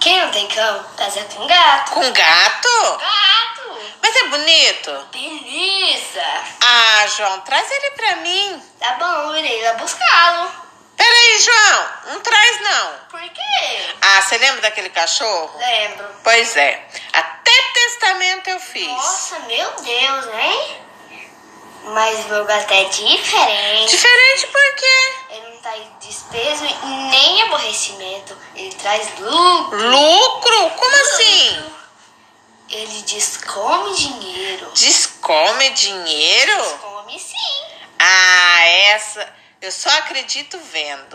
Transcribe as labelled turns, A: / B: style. A: Quem não tem cão, casa com gato.
B: Com gato?
A: Gato!
B: Mas é bonito.
A: Beleza!
B: Ah, João, traz ele pra mim.
A: Tá bom, eu irei lá buscá-lo.
B: Peraí, João, não traz não.
A: Por quê?
B: Ah, você lembra daquele cachorro?
A: Lembro.
B: Pois é, até testamento eu fiz.
A: Nossa, meu Deus, hein? Mas meu gato é diferente.
B: Diferente por quê?
A: Ele não traz despeso e nem aborrecimento. Ele traz lucro.
B: Lucro? Como assim?
A: Ele descome dinheiro.
B: Descome dinheiro?
A: Descome sim.
B: Ah, essa eu só acredito vendo.